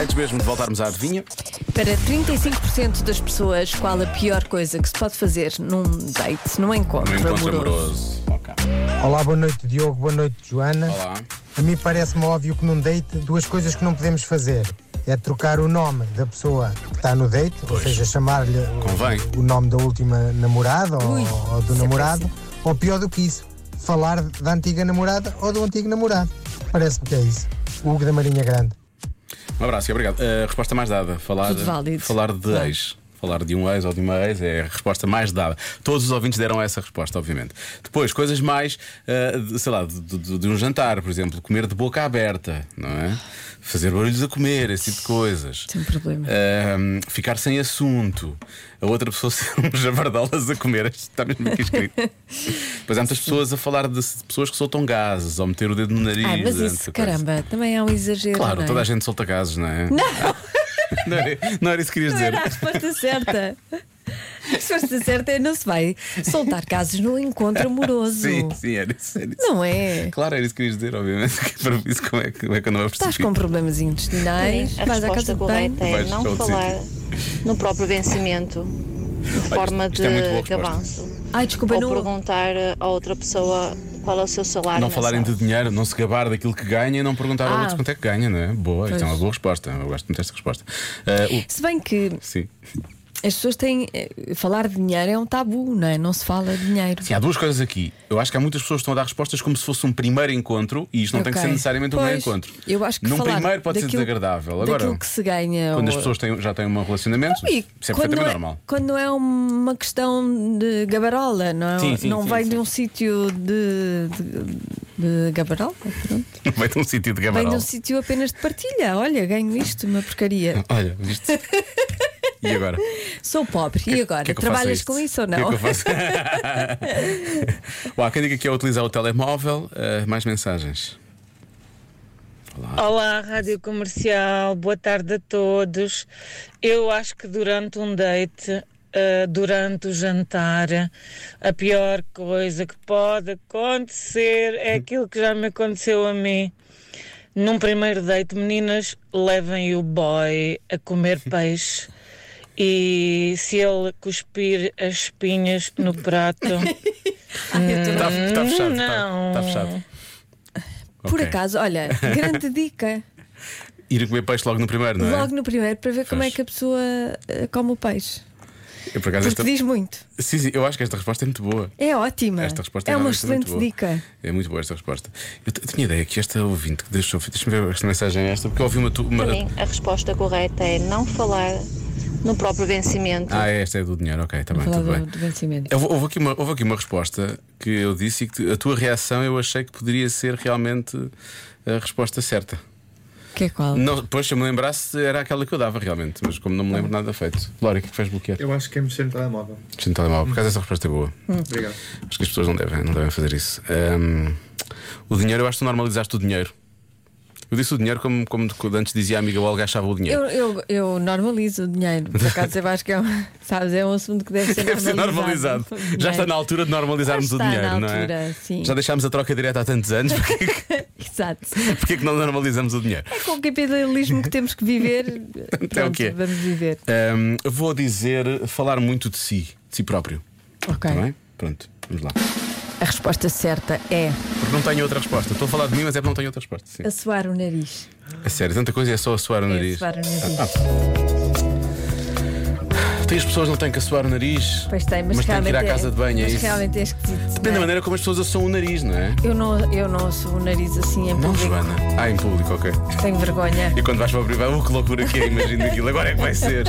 Antes mesmo de voltarmos à adivinha, Para 35% das pessoas, qual a pior coisa que se pode fazer num date, num encontro, no um encontro amoroso? amoroso. Ok. Olá, boa noite Diogo, boa noite Joana. Olá. A mim parece-me óbvio que num date duas coisas que não podemos fazer. É trocar o nome da pessoa que está no date, ou seja, chamar-lhe o- Convém. o nome da última namorada ou, Ui, ou isso do é namorado, ou pior do que isso, falar da antiga namorada ou do antigo namorado. Parece-me que é isso. Hugo da Marinha Grande. Um abraço e obrigado. A resposta mais dada, falar, Tudo válido. falar de Claro. ex. Falar de um ex ou de uma ex é a resposta mais dada. Todos os ouvintes deram essa resposta, obviamente. Depois, coisas mais, ah, de- sei lá, de, de- de um jantar, por exemplo, comer de boca aberta, não é? Fazer barulhos a comer, esse tipo de coisas. Tem problema. É Ahm, ficar sem assunto, a outra pessoa ser um jabardolas a comer, Isto está mesmo aqui escrito. Pois há muitas pessoas a falar de de pessoas que soltam gases ou meter o dedo no nariz. Ah, mas ou isso, tanta coisa. caramba, também é um exagero. Claro, não é? toda a gente solta gases, não é? Não! não, era, não era isso que querias Não dizer. era a resposta certa. A resposta certa é não se vai soltar casos no encontro amoroso. Sim, sim, era isso. Era isso. Não é? Claro, era isso que querias dizer, obviamente. que Para isso, como é que, como é que eu não vou Estás com problemas intestinais, A vais à casa resposta de banho. correta é Vais para não outro falar no próprio vencimento de forma isto de é muito boa resposta. avanço. Ai, desculpa, Ou não. perguntar a outra pessoa qual é o seu salário. Não mensal. falarem de dinheiro, não se gabar daquilo que ganha e não perguntar ao Ah. outro quanto é que ganha, não é? Boa, isto é Pois. uma boa resposta. Eu gosto muito desta resposta. Ah, o- Se bem que Sim. as pessoas têm. eh, Falar de dinheiro é um tabu, não é? Não se fala de dinheiro. Sim, há duas coisas aqui. Eu acho que há muitas pessoas que estão a dar respostas como se fosse um primeiro encontro e isto não tem que Ok. ser necessariamente um primeiro Pois, encontro. Eu acho que Num falar primeiro pode ser daquilo- desagradável. Agora, Daquilo que se ganha. quando as ou- pessoas têm- já têm um relacionamento, E isso é quando, perfeitamente é, normal. quando não é uma questão de gabarola, não, é? Sim, sim, não sim, vem sim. de um sítio de, de, de gabarola, pronto. Não vai ter um sentido de Vem de gabarol. um sítio apenas de partilha. Olha, ganho isto, uma porcaria. Olha, viste? E agora? Sou pobre. e agora? Que é que eu faço a Trabalhas isto? com isso ou Que é não? que eu faço? Bom, há quem diga que é utilizar o telemóvel. Ah, mais mensagens. Olá, Rádio Comercial, boa tarde a todos. Eu acho que durante um date, eh, durante o jantar, a pior coisa que pode acontecer é aquilo que já me aconteceu a mim. Num primeiro date, meninas, levem o boy a comer peixe e se ele cuspir as espinhas no prato. Ah, Está está Tá, fechado. Está Não. está fechado. Por Ok. acaso, olha, grande dica. Ir comer peixe logo no primeiro, não é? Logo no primeiro, para ver como é Pois. que a pessoa eh, come o peixe. Eu, por acaso, Porque esta- diz muito. Sim, sim, eu acho que esta resposta é muito boa. É ótima. Esta resposta é uma realmente muito excelente boa. dica. É muito boa esta resposta. Eu t- tinha ideia que esta ouvinte que deixou. Deixa-me ver esta mensagem é esta, porque eu ouvi uma. tu- uma... Para mim, a resposta correta é não falar no próprio vencimento. Ah, esta é do dinheiro, ok, está bem, Falar tudo do, bem. do vencimento. Eu- Houve aqui, uma, houve aqui uma resposta que eu disse e que tu- a tua reação eu achei que poderia ser realmente a resposta certa. Que é qual? Não, depois, se eu me lembrasse, era aquela que eu dava realmente, mas como não me Tá lembro nada feito. Lória, o que é que faz bloquear? Eu acho que é mexer no telemóvel. Deixa no telemóvel, por acaso essa resposta é boa. Obrigado. Acho que as pessoas não devem, não devem fazer isso. Ahm, o dinheiro, eu acho que tu normalizaste o dinheiro. Eu disse o dinheiro como, como antes dizia a amiga Olga, achava o dinheiro. Eu, eu, eu normalizo o dinheiro, por acaso eu acho que é um, sabes, é um assunto que deve ser Deve ser normalizado. normalizado. é? O dinheiro. Já está na altura de normalizarmos Já o está dinheiro, na não é? altura, sim. Já deixámos a troca direta há tantos anos, porque, é Exato. porque é que não normalizamos o dinheiro? É com o capitalismo que temos que viver. Então, o Pronto, quê? Vamos viver. Ahm, vou dizer falar muito de si, de si próprio. Ok. Está bem? Pronto, vamos lá. A resposta certa é Porque não tenho outra resposta. Estou a falar de mim, mas é porque não tenho outra resposta. Sim. assoar o nariz. A sério, tanta coisa é só assoar o É nariz. Ah, assoar o nariz. Tem as pessoas que não têm que assoar o nariz, Pois tem, mas, têm que ir realmente à é- casa de banho, é mas isso? realmente é esquisito. não é? Depende da maneira como as pessoas assoam o nariz, não é? Eu não, eu não assoo o nariz assim em Não, público. Joana. Ah, em público, ok. Tenho vergonha. E quando vais para o privado, oh, que loucura que é, imagina aquilo, agora é que vai ser.